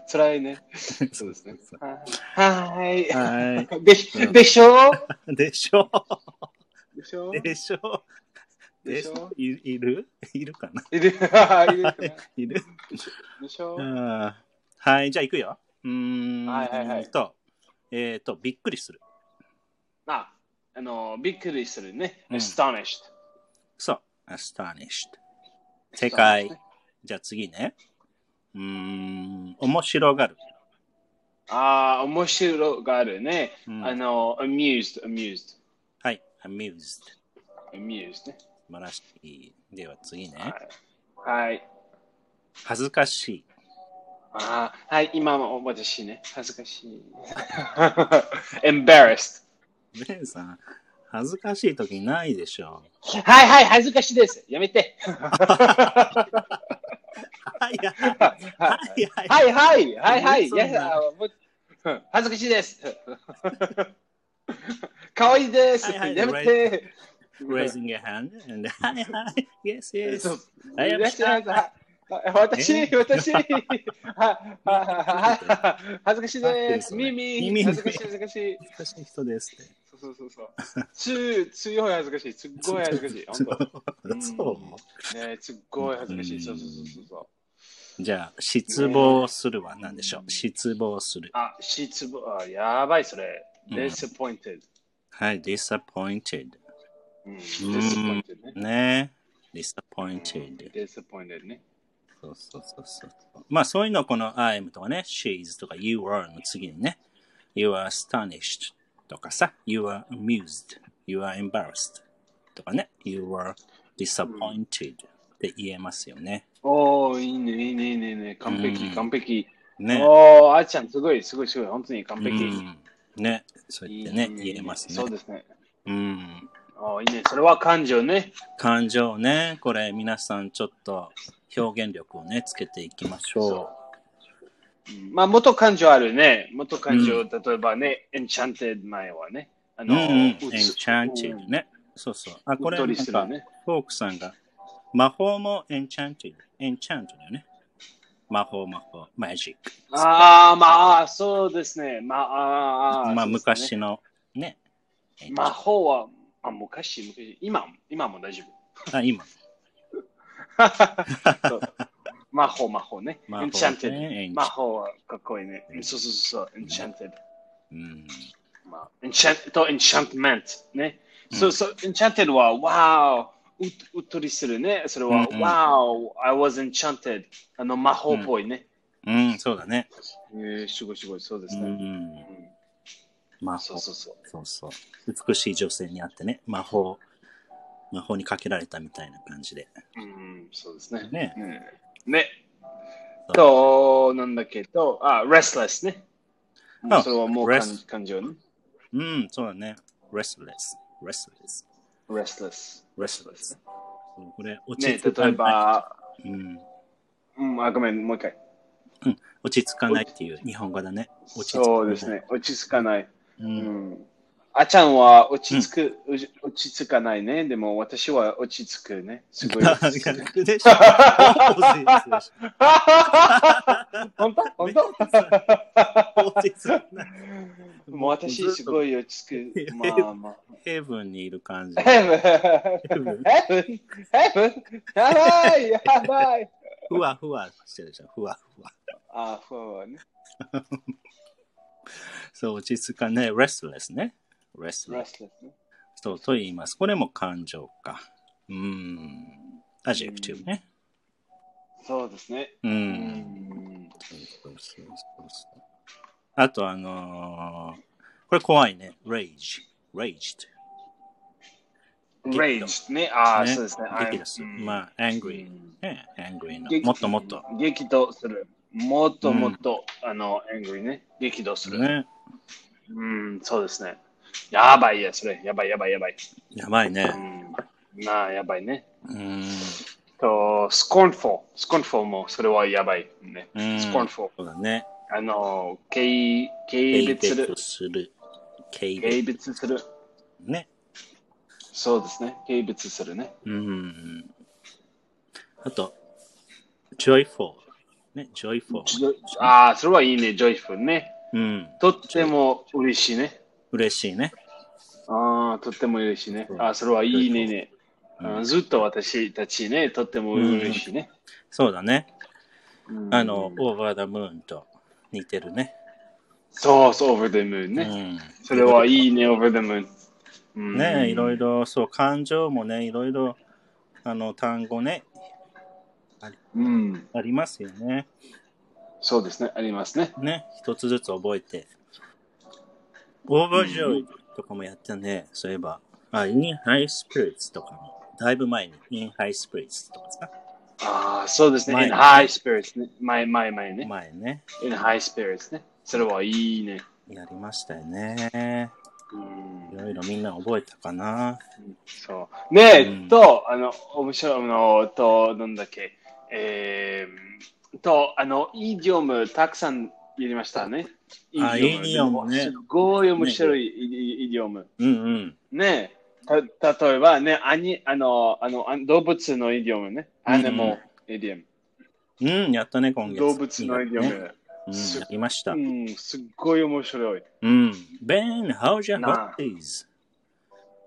[SPEAKER 1] つらいね。そうですね。はーい。
[SPEAKER 2] は
[SPEAKER 1] でし
[SPEAKER 2] うん
[SPEAKER 1] でしょう
[SPEAKER 2] い。でしょ
[SPEAKER 1] で しょう
[SPEAKER 2] う。でしょう。
[SPEAKER 1] で
[SPEAKER 2] で
[SPEAKER 1] し
[SPEAKER 2] し
[SPEAKER 1] ょ
[SPEAKER 2] ょう。いいるいるか ない
[SPEAKER 1] るいるかない
[SPEAKER 2] る
[SPEAKER 1] でしょ
[SPEAKER 2] う
[SPEAKER 1] うん
[SPEAKER 2] はい、じゃあ行くよ。うーん。
[SPEAKER 1] はいはいはい
[SPEAKER 2] と、えっ、と、びっくりする。
[SPEAKER 1] あ、あの、びっくりするね。
[SPEAKER 2] うん
[SPEAKER 1] astonished。
[SPEAKER 2] そう。astonished。正解。じゃあ次ね。うーん。面白がる。
[SPEAKER 1] ああ、面白があるね。
[SPEAKER 2] うん
[SPEAKER 1] あの、amused, amused,
[SPEAKER 2] はい。amused。
[SPEAKER 1] amused ね。
[SPEAKER 2] 素晴らしい。では次ね。
[SPEAKER 1] はい。はい。
[SPEAKER 2] 恥ずかしい。
[SPEAKER 1] ああ、はい、今も私ね。恥ずかし い。embarrassed。
[SPEAKER 2] ベンさん、恥ずかしい時ないでしょ
[SPEAKER 1] はいはい、恥ずかしいです。やめて。
[SPEAKER 2] はいはい
[SPEAKER 1] は
[SPEAKER 2] はいはい
[SPEAKER 1] いはい、はいはい。い
[SPEAKER 2] そうなんだ
[SPEAKER 1] やあもう恥ずかしい です。可愛いです。
[SPEAKER 2] はいはい
[SPEAKER 1] やめて。
[SPEAKER 2] raising your hand and はいはい yes
[SPEAKER 1] そう
[SPEAKER 2] yes
[SPEAKER 1] いらっしゃいませはあ私、私、は、は、恥ずかしい
[SPEAKER 2] 合って
[SPEAKER 1] で
[SPEAKER 2] る
[SPEAKER 1] す。
[SPEAKER 2] それ
[SPEAKER 1] 耳、
[SPEAKER 2] 耳
[SPEAKER 1] 恥ずかしい、恥ずかしい。
[SPEAKER 2] 難しい人ですって。
[SPEAKER 1] そうそうそうそう。つ、強い恥ずかしい。すっごい恥ずかしい。本当。
[SPEAKER 2] そ
[SPEAKER 1] うんねすっごい恥ずかしい。そうそうそうそう。
[SPEAKER 2] う。じゃあ、失望するは何でしょう失望する。
[SPEAKER 1] あ、失望、あ、やばい、それ。
[SPEAKER 2] うん
[SPEAKER 1] disappointed。
[SPEAKER 2] はい、disappointed。
[SPEAKER 1] うん。disappointed ね。
[SPEAKER 2] ね。disappointed。
[SPEAKER 1] disappointed ね。
[SPEAKER 2] そうそうそうそう。まあそういうのこの I'm とかね、She's とか You are の次にね、You are astonished とかさ、You are amused, You are embarrassed とかね、You are disappointed って言えますよね。
[SPEAKER 1] おー、いいね、いいね、いいねいいね。完
[SPEAKER 2] う
[SPEAKER 1] 璧、
[SPEAKER 2] ん
[SPEAKER 1] 完璧。
[SPEAKER 2] ね。
[SPEAKER 1] おー、あーちゃん、すごい、すごい、すごい。本当に完
[SPEAKER 2] う
[SPEAKER 1] 璧。
[SPEAKER 2] んね。そう
[SPEAKER 1] い
[SPEAKER 2] 言
[SPEAKER 1] い
[SPEAKER 2] って
[SPEAKER 1] ね
[SPEAKER 2] ね、言えます
[SPEAKER 1] そう
[SPEAKER 2] ね。
[SPEAKER 1] ですね。
[SPEAKER 2] うん。
[SPEAKER 1] おー、いいね。それは感情ね。
[SPEAKER 2] 感情ね、これ皆さんちょっと表現力をね、つけていきましょ
[SPEAKER 1] まあ、元感情あるね。元感情、例えばね、エンチャンテッド前はね。あ
[SPEAKER 2] う。うんうん。
[SPEAKER 1] うつ
[SPEAKER 2] enchanted ね。そうそう。あ、こ
[SPEAKER 1] うっ
[SPEAKER 2] れ
[SPEAKER 1] と
[SPEAKER 2] なん
[SPEAKER 1] りする
[SPEAKER 2] か、
[SPEAKER 1] ね。
[SPEAKER 2] フォークさんが、魔法もエンチャント、エンチャントだよね。魔法、魔法、マジック。
[SPEAKER 1] ああ、まあ、そうですね。まあ、あー
[SPEAKER 2] まあ、
[SPEAKER 1] そうですね
[SPEAKER 2] 昔のね。
[SPEAKER 1] 魔法は、あ、昔、昔、今、今も大丈
[SPEAKER 2] あ、今。
[SPEAKER 1] 夫。そう 魔法、魔法ね。
[SPEAKER 2] 魔法
[SPEAKER 1] エンチャンテッ
[SPEAKER 2] ねエ
[SPEAKER 1] ド。
[SPEAKER 2] ンチャンテッド
[SPEAKER 1] 魔法はかっこいいね。
[SPEAKER 2] うん
[SPEAKER 1] そうそうそう、エンチャンテッド。
[SPEAKER 2] うん。
[SPEAKER 1] まあ、エンチャント、エンチャントメント。ね。
[SPEAKER 2] うん
[SPEAKER 1] そうそう、エンチャンテッドは、わーううっとりするね。それは、
[SPEAKER 2] うんうん
[SPEAKER 1] わお、I was enchanted。あの、魔法っぽいね。
[SPEAKER 2] うん、そうだね。
[SPEAKER 1] えー、すごいすごい、そうです
[SPEAKER 2] う
[SPEAKER 1] ね。うん
[SPEAKER 2] ん。魔
[SPEAKER 1] そ
[SPEAKER 2] 法
[SPEAKER 1] う。そうそう。
[SPEAKER 2] そうそう。美しい女性に会ってね、魔法、魔法にかけられたみたいな感じで。
[SPEAKER 1] うん、そうですね。
[SPEAKER 2] ね
[SPEAKER 1] うんね。と、なんだけど、あ、restless ね。
[SPEAKER 2] あ
[SPEAKER 1] それはもう感
[SPEAKER 2] rest
[SPEAKER 1] 感情ね。
[SPEAKER 2] うん、そうだね。restless, restless,
[SPEAKER 1] restless。
[SPEAKER 2] restless。そうこれ、落ち
[SPEAKER 1] ね、
[SPEAKER 2] 着かな
[SPEAKER 1] 例
[SPEAKER 2] い。
[SPEAKER 1] えば、
[SPEAKER 2] うん。
[SPEAKER 1] うん、あ、ごめん、もう一回。
[SPEAKER 2] うん、落ち着かないっていう日本語だね。落ち着かない
[SPEAKER 1] そうです。ね。落ち着かない。
[SPEAKER 2] う。
[SPEAKER 1] うんん。あちゃんは落ち着く、うじ落ち着かないね。でも私は落ち着くね。すごい落ち着く。
[SPEAKER 2] 逆でしょ。落
[SPEAKER 1] 本当本当
[SPEAKER 2] ち着かない
[SPEAKER 1] もう私すごい落ち着
[SPEAKER 2] ずっ
[SPEAKER 1] く。
[SPEAKER 2] と
[SPEAKER 1] まあま あ。
[SPEAKER 2] ヘブンにいる感じ。
[SPEAKER 1] ヘブンヘブンヘブンやばいやばい
[SPEAKER 2] ふわふわしてるじゃん。ふわふわ。
[SPEAKER 1] あ、そうだね。
[SPEAKER 2] そう、落ち着かない。restless ね。restless。
[SPEAKER 1] restless ね。
[SPEAKER 2] そう、と言います。これも感情か。うーん。adjective ね。
[SPEAKER 1] そうですね。
[SPEAKER 2] う。
[SPEAKER 1] うんん。
[SPEAKER 2] そうそうそうそうあと、あのーこれ怖いね。rage。raged。
[SPEAKER 1] rage ね。ああ、
[SPEAKER 2] ね
[SPEAKER 1] そうですね。
[SPEAKER 2] 激怒する。まあ、
[SPEAKER 1] あ
[SPEAKER 2] angry。ね、angry の。
[SPEAKER 1] 激
[SPEAKER 2] もっともっと。。
[SPEAKER 1] 激怒する。もっともっと、あの、angry ね。激怒する。
[SPEAKER 2] ね。
[SPEAKER 1] うん、そうですね。やばいや、それ。やばいやばいやばい。
[SPEAKER 2] やばいうね。
[SPEAKER 1] ん。まあ、やばいね。
[SPEAKER 2] うん。
[SPEAKER 1] と、scornful。scornful も、それはやばいね。
[SPEAKER 2] うん
[SPEAKER 1] scornful。
[SPEAKER 2] そうだね。
[SPEAKER 1] あの、軽軽
[SPEAKER 2] 軽
[SPEAKER 1] 蔑する
[SPEAKER 2] 蔑。する。軽
[SPEAKER 1] 軽
[SPEAKER 2] 蔑。
[SPEAKER 1] 蔑する。
[SPEAKER 2] ね。
[SPEAKER 1] そうですね。軽蔑するね。
[SPEAKER 2] うん。あと、joyful。ね、joyful。
[SPEAKER 1] ジョああ、それはいいね、ジョイフルね。
[SPEAKER 2] うん。
[SPEAKER 1] とっても嬉しいね。
[SPEAKER 2] 嬉しいね。
[SPEAKER 1] ああ、とっても嬉しいね
[SPEAKER 2] う。ん
[SPEAKER 1] ああ、それはいいねね。
[SPEAKER 2] うん
[SPEAKER 1] あーずっと私たちね、とっても嬉しいね。
[SPEAKER 2] そうだね。
[SPEAKER 1] うん
[SPEAKER 2] あの、over the moon と似てるね。
[SPEAKER 1] そうそう、over the moon
[SPEAKER 2] う
[SPEAKER 1] ね。
[SPEAKER 2] ん。
[SPEAKER 1] それはいいね、over the moon うん。
[SPEAKER 2] ね、いろいろ、そう、感情もね、いろいろ、あの、単語ね、
[SPEAKER 1] うん。
[SPEAKER 2] ありますよね。
[SPEAKER 1] そうですね、ありますね。
[SPEAKER 2] ね、一つずつ覚えて。Overjoyed とかもやったね、そういえば。あ、In High Spirits とかも。だいぶ前に In High Spirits とかさ。
[SPEAKER 1] ああ、そうですね。
[SPEAKER 2] 前
[SPEAKER 1] in high spirits ね。前、前、前ね。
[SPEAKER 2] 前ね、
[SPEAKER 1] in high spirits ね。それはいいね。
[SPEAKER 2] やりましたよね。
[SPEAKER 1] うん
[SPEAKER 2] いろいろみんな覚えたかな。
[SPEAKER 1] そう。ねえ、
[SPEAKER 2] うん
[SPEAKER 1] と、あの、面白いの、と、なんだっけ、えー、と、あの、イディオムたくさんやりましたね。
[SPEAKER 2] あイディオムね
[SPEAKER 1] すごい面白いイディイディオム。
[SPEAKER 2] うんうん。
[SPEAKER 1] ねえ、た例えばね、アニあの、あの、あ動物のイディオムね。アニモイディオム。
[SPEAKER 2] うん、やったね、今月。
[SPEAKER 1] 動物の
[SPEAKER 2] や
[SPEAKER 1] 夢、
[SPEAKER 2] ね。うん、
[SPEAKER 1] す
[SPEAKER 2] やりました
[SPEAKER 1] う。ん、すっごい面白い。
[SPEAKER 2] うん。Ben, how's your
[SPEAKER 1] なあ
[SPEAKER 2] horses?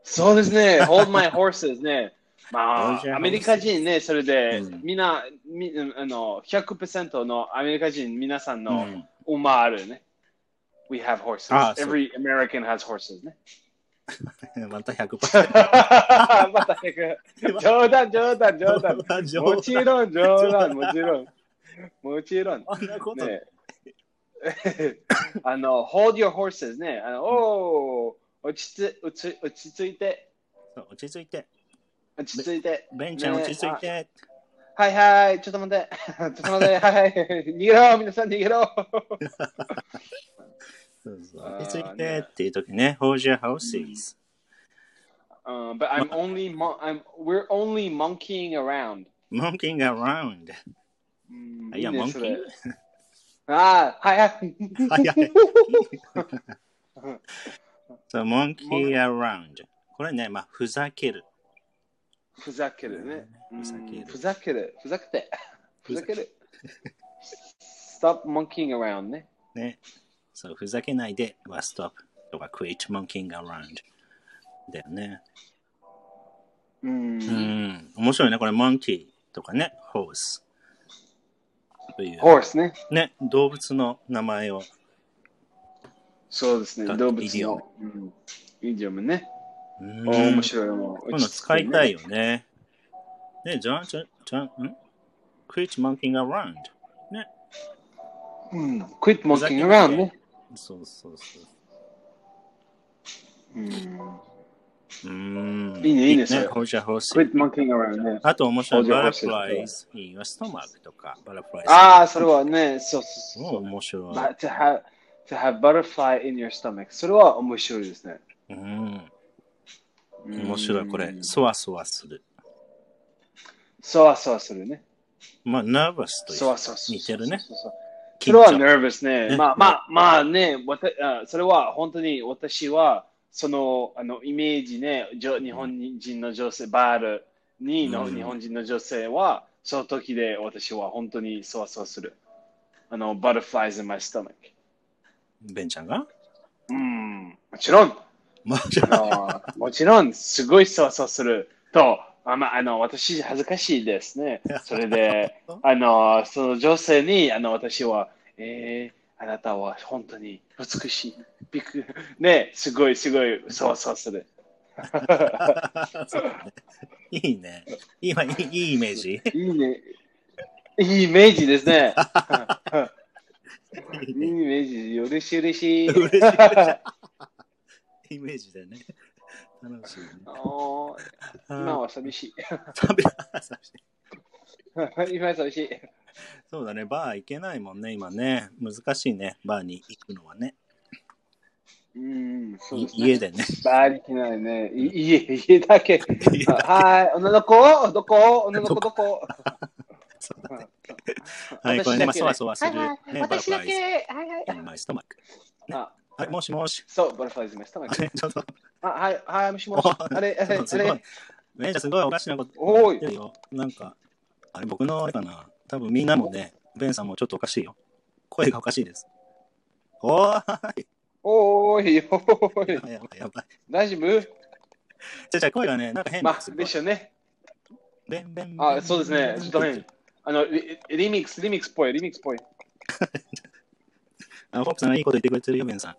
[SPEAKER 1] そうですね、Hold My Horses ね。ま
[SPEAKER 2] Hold your
[SPEAKER 1] あ、アメリカ人ね、それで、
[SPEAKER 2] うん
[SPEAKER 1] みんな、みあの、100%のアメリカ人、皆さん
[SPEAKER 2] う
[SPEAKER 1] の
[SPEAKER 2] ん。
[SPEAKER 1] 馬あるね。We have horses.
[SPEAKER 2] あそう
[SPEAKER 1] Every American has horses ね。
[SPEAKER 2] また100%。
[SPEAKER 1] また冗談、冗談、冗談。もちろん、冗談、もちろん。もちろん。
[SPEAKER 2] あんなこと。
[SPEAKER 1] ね、 あの、hold your horses ね。あの、おー落ち着落ち落ち着いて、
[SPEAKER 2] そう落ち着いて。
[SPEAKER 1] 落ち着いて。
[SPEAKER 2] ベンちゃん
[SPEAKER 1] ね
[SPEAKER 2] 落ち着いて。
[SPEAKER 1] はいはい、ちょっと待って。ちょっと待って、はいはい。逃げろ、皆さん逃げろ。
[SPEAKER 2] そうそう
[SPEAKER 1] あー
[SPEAKER 2] 落ち着いて
[SPEAKER 1] ね
[SPEAKER 2] っていう時ね。How's your horses?
[SPEAKER 1] Um, but I'm only, mon- I'm, we're only monkeying around. Mm,
[SPEAKER 2] Monkeying around.
[SPEAKER 1] うん
[SPEAKER 2] いや、
[SPEAKER 1] ね
[SPEAKER 2] monkey
[SPEAKER 1] それ ああ、はいはい。
[SPEAKER 2] 早 い。そう、monkey around。これね、まあ、ふざける。
[SPEAKER 1] ふざける ね。
[SPEAKER 2] ふざける
[SPEAKER 1] うんふざける。ふざ けて。ふざける。Stop monkeying around ね。
[SPEAKER 2] ね。そう、ふざけないでは stop とか quit monkeying around。だよね。
[SPEAKER 1] う。
[SPEAKER 2] うんん。面白いね。これ monkey とかね、horse。という。
[SPEAKER 1] horse ね。
[SPEAKER 2] ね、動物の名前を。
[SPEAKER 1] そうですね。
[SPEAKER 2] だ
[SPEAKER 1] 動物
[SPEAKER 2] イディオム
[SPEAKER 1] の。うんイディオムね。
[SPEAKER 2] うん
[SPEAKER 1] おー Oh, 面白いも
[SPEAKER 2] こういううの使いたい
[SPEAKER 1] よ。
[SPEAKER 2] よね。ね、ジャン、ジャン、ジャン、ん ?quit monkeying around。
[SPEAKER 1] うん。quit monkeying around ね。
[SPEAKER 2] そうそうそう。Hmm.
[SPEAKER 1] うん
[SPEAKER 2] うーん。
[SPEAKER 1] いいねいいねそれ
[SPEAKER 2] ホジャホーシ
[SPEAKER 1] quit monkeying around ね。
[SPEAKER 2] あと面白い。
[SPEAKER 1] Hold your
[SPEAKER 2] バラ
[SPEAKER 1] horses
[SPEAKER 2] フライズ、いいよ、ストマークとか、バラフライズ。
[SPEAKER 1] ああ、それはね、そうそう
[SPEAKER 2] もう
[SPEAKER 1] そう。
[SPEAKER 2] 面白い。
[SPEAKER 1] But to have, to have butterfly in your stomach。それは面白いですね。
[SPEAKER 2] うん。
[SPEAKER 1] うん
[SPEAKER 2] 面白い、これ。そわそわする。
[SPEAKER 1] そわそわするね。
[SPEAKER 2] まあ、ナーバスという。
[SPEAKER 1] そうそうそう。
[SPEAKER 2] 似てるね
[SPEAKER 1] そうそうそう。そ
[SPEAKER 2] 緊
[SPEAKER 1] れ
[SPEAKER 2] 張
[SPEAKER 1] は nervous ね。
[SPEAKER 2] ね
[SPEAKER 1] まあまあまあね、わたあそれは本当に私はそのあのイメージね、じょ日本人の女性、バールにの
[SPEAKER 2] うん
[SPEAKER 1] 日本人の女性は、その時で私は本当にそわそわする。あの、butterflies in my stomach。
[SPEAKER 2] ベンちゃんが
[SPEAKER 1] うん、もちろん、
[SPEAKER 2] まあ、じゃ
[SPEAKER 1] あのもちろん、すごいそわそわすると、あまあの私、恥ずかしいですね。それで、 あのその女性にあの私は、えー、あなたは本当に美しい。びっくりね、すごい、すごい、そわそわする。
[SPEAKER 2] あそうだね。いいね。今、いいいいイメージ。
[SPEAKER 1] いいね。いいイメージです ね。いいイメージ、嬉しい、嬉しい。
[SPEAKER 2] 嬉し い嬉イメージだよね。楽しいね。
[SPEAKER 1] おー今
[SPEAKER 2] あ
[SPEAKER 1] は寂しい。
[SPEAKER 2] ー食べ
[SPEAKER 1] 今は寂しい。
[SPEAKER 2] そうだね、バー行けないもんね、今ね。難しいね、バーに行くのはね。
[SPEAKER 1] うん、そうですね。
[SPEAKER 2] 家 でね。
[SPEAKER 1] バーできないね。い家、家だけ。はい、女の子、どこ女の子、どこ
[SPEAKER 2] そうだね
[SPEAKER 1] うん
[SPEAKER 2] はい、これね、ま
[SPEAKER 1] 私だけね
[SPEAKER 2] あ、そわそわする。
[SPEAKER 3] はいはい
[SPEAKER 2] ね、
[SPEAKER 3] 私だけ、
[SPEAKER 2] バ
[SPEAKER 3] はいはい。
[SPEAKER 2] タフライズ。マイストマック。
[SPEAKER 1] あ、
[SPEAKER 2] はい、もしもし。
[SPEAKER 1] そう、バラフライズました。
[SPEAKER 2] あれ、ちょ っと、
[SPEAKER 1] あ、はい、はい、もしもし。あれ、あれ、あ
[SPEAKER 2] すごい
[SPEAKER 1] れ。。
[SPEAKER 2] ね、じゃすごいおかしなこと。
[SPEAKER 1] おい
[SPEAKER 2] やってるよなんか、あれ、僕のあれかな。多分みんなもね、ベンさんもちょっとおかしいよ。声がおかしいです。おーい
[SPEAKER 1] おーい、おー
[SPEAKER 2] や
[SPEAKER 1] い。
[SPEAKER 2] ばいやばいやばい。
[SPEAKER 1] 大丈夫
[SPEAKER 2] じゃあじゃあ声がね、なんか変
[SPEAKER 1] ま
[SPEAKER 2] で
[SPEAKER 1] あ、
[SPEAKER 2] す。
[SPEAKER 1] でしょうね。
[SPEAKER 2] ベンベン。
[SPEAKER 1] あ、そうですね。ちょっと変。あの、リリミックス、リミックスっぽい、リミックスっぽい。
[SPEAKER 2] あ、ホップさんがいいこと言ってくれてるよ、ベンさん。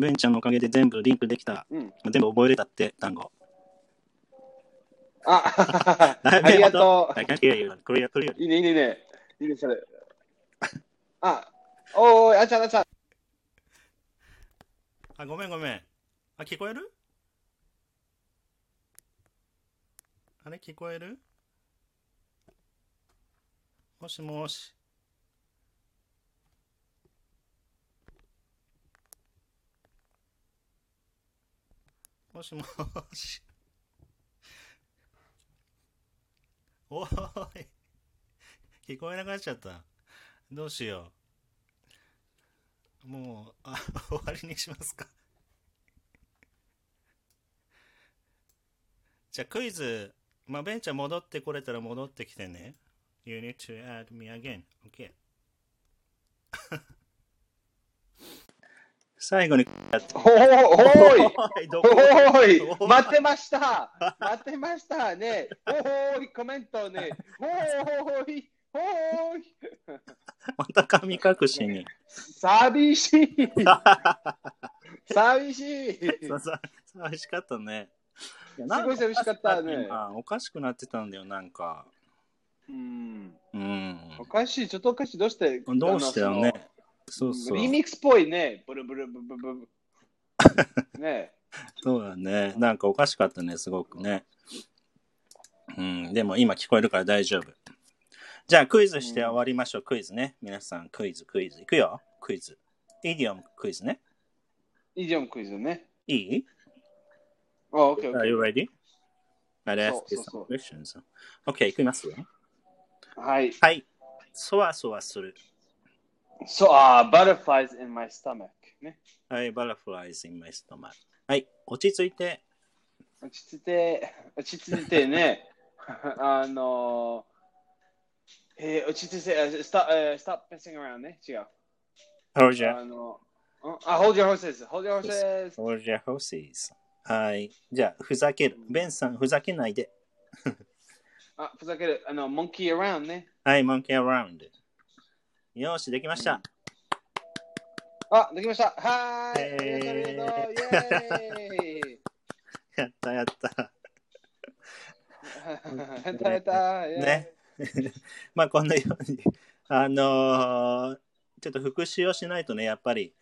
[SPEAKER 2] ベンちゃんのおかげで全部リンクできた。
[SPEAKER 1] うん。
[SPEAKER 2] 全部覚えれたって単語。
[SPEAKER 1] あ、ありがと
[SPEAKER 2] う。I can't hear you. Clear, clear.
[SPEAKER 1] う。いいね、いいね、いいね。いいね、それ。あ、おーい、あちゃん、あちゃん。
[SPEAKER 2] あ、ごめんごめん。あ、聞こえるあれ、聞こえるもしもし。もしもし。おーい。聞こえなくなっちゃった。どうしよう。もう、あ、終わりにしますか。 じゃあクイズ、まあ、ベンちゃん戻ってこれたら戻ってきてね。 You need to add me again. Okay. 最後に、
[SPEAKER 1] おーおーい
[SPEAKER 2] おいどこ
[SPEAKER 1] おー い
[SPEAKER 2] お
[SPEAKER 1] 待ってました待ってましたねおーいコメントねおーいおーい
[SPEAKER 2] また神隠しに。
[SPEAKER 1] 寂しい寂しい
[SPEAKER 2] ささ寂しかったね。いや
[SPEAKER 1] すごい寂しかったね
[SPEAKER 2] あおかしくなってたんだよ、なんか。
[SPEAKER 1] うん
[SPEAKER 2] うん。
[SPEAKER 1] おかしいちょっとおかしいどうして
[SPEAKER 2] どうしてよ
[SPEAKER 1] あの
[SPEAKER 2] ね。そう
[SPEAKER 1] そ
[SPEAKER 2] そ
[SPEAKER 1] の
[SPEAKER 2] う
[SPEAKER 1] リ。ミックスっぽいねブルブルブルブルブルね
[SPEAKER 2] そうだね。なんかおかしかったね、すごくね。うん、でも今聞こえるから大丈夫。じゃあクイズして終わりましょう、クイズね。皆さん、クイズ、クイズ。いくよ、クイズ。イディオムクイズね。
[SPEAKER 1] イディオムクイズね
[SPEAKER 2] いい
[SPEAKER 1] あ、オッケーオッ
[SPEAKER 2] ?Are
[SPEAKER 1] ケ
[SPEAKER 2] you ready? I'll ask you
[SPEAKER 1] そう
[SPEAKER 2] some questions. OK, いきますよ。
[SPEAKER 1] ー。はい。
[SPEAKER 2] はい。そわそわする。
[SPEAKER 1] So, uh, butterflies in my stomach. ね。
[SPEAKER 2] はい、バラフライズ in my stomach。はい、落ち着いて。
[SPEAKER 1] 落ち着いて、落ち着いてね。 あのー、えー、落ち着いて、えー stop, えー stop pissing around ね。違う。
[SPEAKER 2] Hold your,
[SPEAKER 1] あのー、んあ、hold your horses, hold your horses.
[SPEAKER 2] hold your horses. はい。じゃあ、ふざける。ベンさん、ふざけないで。
[SPEAKER 1] あ、ふざける。あの、monkey around ね。
[SPEAKER 2] はい、モンキーアラウンド。よし、できました。
[SPEAKER 1] あ、できました。はーい。
[SPEAKER 2] え
[SPEAKER 1] あり
[SPEAKER 2] ー
[SPEAKER 1] がとう、ありがとう。イェーイ
[SPEAKER 2] やったやった。
[SPEAKER 1] や ったやった。イェーイ
[SPEAKER 2] ね。まあ、こんなように、あのーちょっと復習をしないとね、やっぱり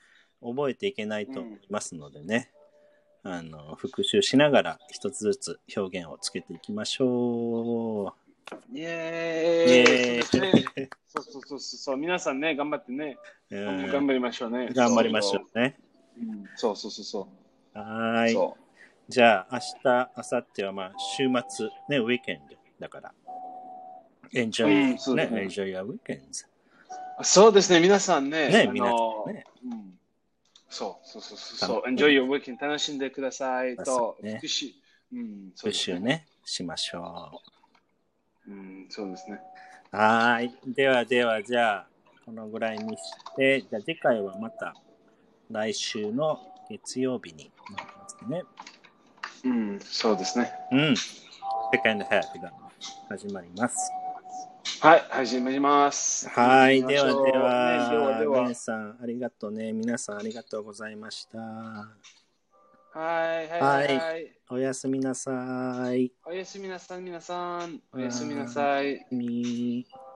[SPEAKER 2] 覚えていけないと思いますのでね、あの復習しながら一つずつ表現をつけていきましょ
[SPEAKER 1] イェー
[SPEAKER 2] う。イエ
[SPEAKER 1] イ。そうですね
[SPEAKER 2] ーイ
[SPEAKER 1] そうそうそうそう。皆さんね、頑張ってね。
[SPEAKER 2] うん
[SPEAKER 1] 頑張りましょうね。
[SPEAKER 2] 頑張りましょうね。
[SPEAKER 1] うん。そうそうそうそ
[SPEAKER 2] は
[SPEAKER 1] う。
[SPEAKER 2] ーい。
[SPEAKER 1] そ
[SPEAKER 2] じゃあ、明日、明後日は、まあ、週末、ね、ウィーケンドだから。enjoy,、
[SPEAKER 1] うんそう
[SPEAKER 2] ね
[SPEAKER 1] だ、ね
[SPEAKER 2] enjoy your weekends.
[SPEAKER 1] うそうですね、皆さんね。
[SPEAKER 2] ね、
[SPEAKER 1] あ
[SPEAKER 2] 皆さ
[SPEAKER 1] の
[SPEAKER 2] んね。
[SPEAKER 1] うんそうそうそうそう。そう
[SPEAKER 2] 楽し
[SPEAKER 1] Enjoy your weekend 楽しんでくださいと
[SPEAKER 2] そ、うね
[SPEAKER 1] 復習。うん、そうで
[SPEAKER 2] 復
[SPEAKER 1] す
[SPEAKER 2] 習
[SPEAKER 1] ね。
[SPEAKER 2] ね、しましょ
[SPEAKER 1] うん、そうですね。
[SPEAKER 2] う。はーい。ではでは、じゃあ、このぐらいにして、じゃあ次回はまた来週の月曜日になりますね。
[SPEAKER 1] うん、そうですね。
[SPEAKER 2] うん。世界のハーフが始まります。
[SPEAKER 1] はい、始めます。
[SPEAKER 2] はーい。
[SPEAKER 1] 行き
[SPEAKER 2] で
[SPEAKER 1] ま
[SPEAKER 2] は
[SPEAKER 1] しょう
[SPEAKER 2] では、
[SPEAKER 1] ねではでは
[SPEAKER 2] 皆さんありがとうね。皆さんありがとうございました。
[SPEAKER 1] はい、はい、
[SPEAKER 2] は
[SPEAKER 1] はい。
[SPEAKER 2] おやすみなさい。
[SPEAKER 1] おやすみなさい、皆さん。おやすみなさい。
[SPEAKER 2] みー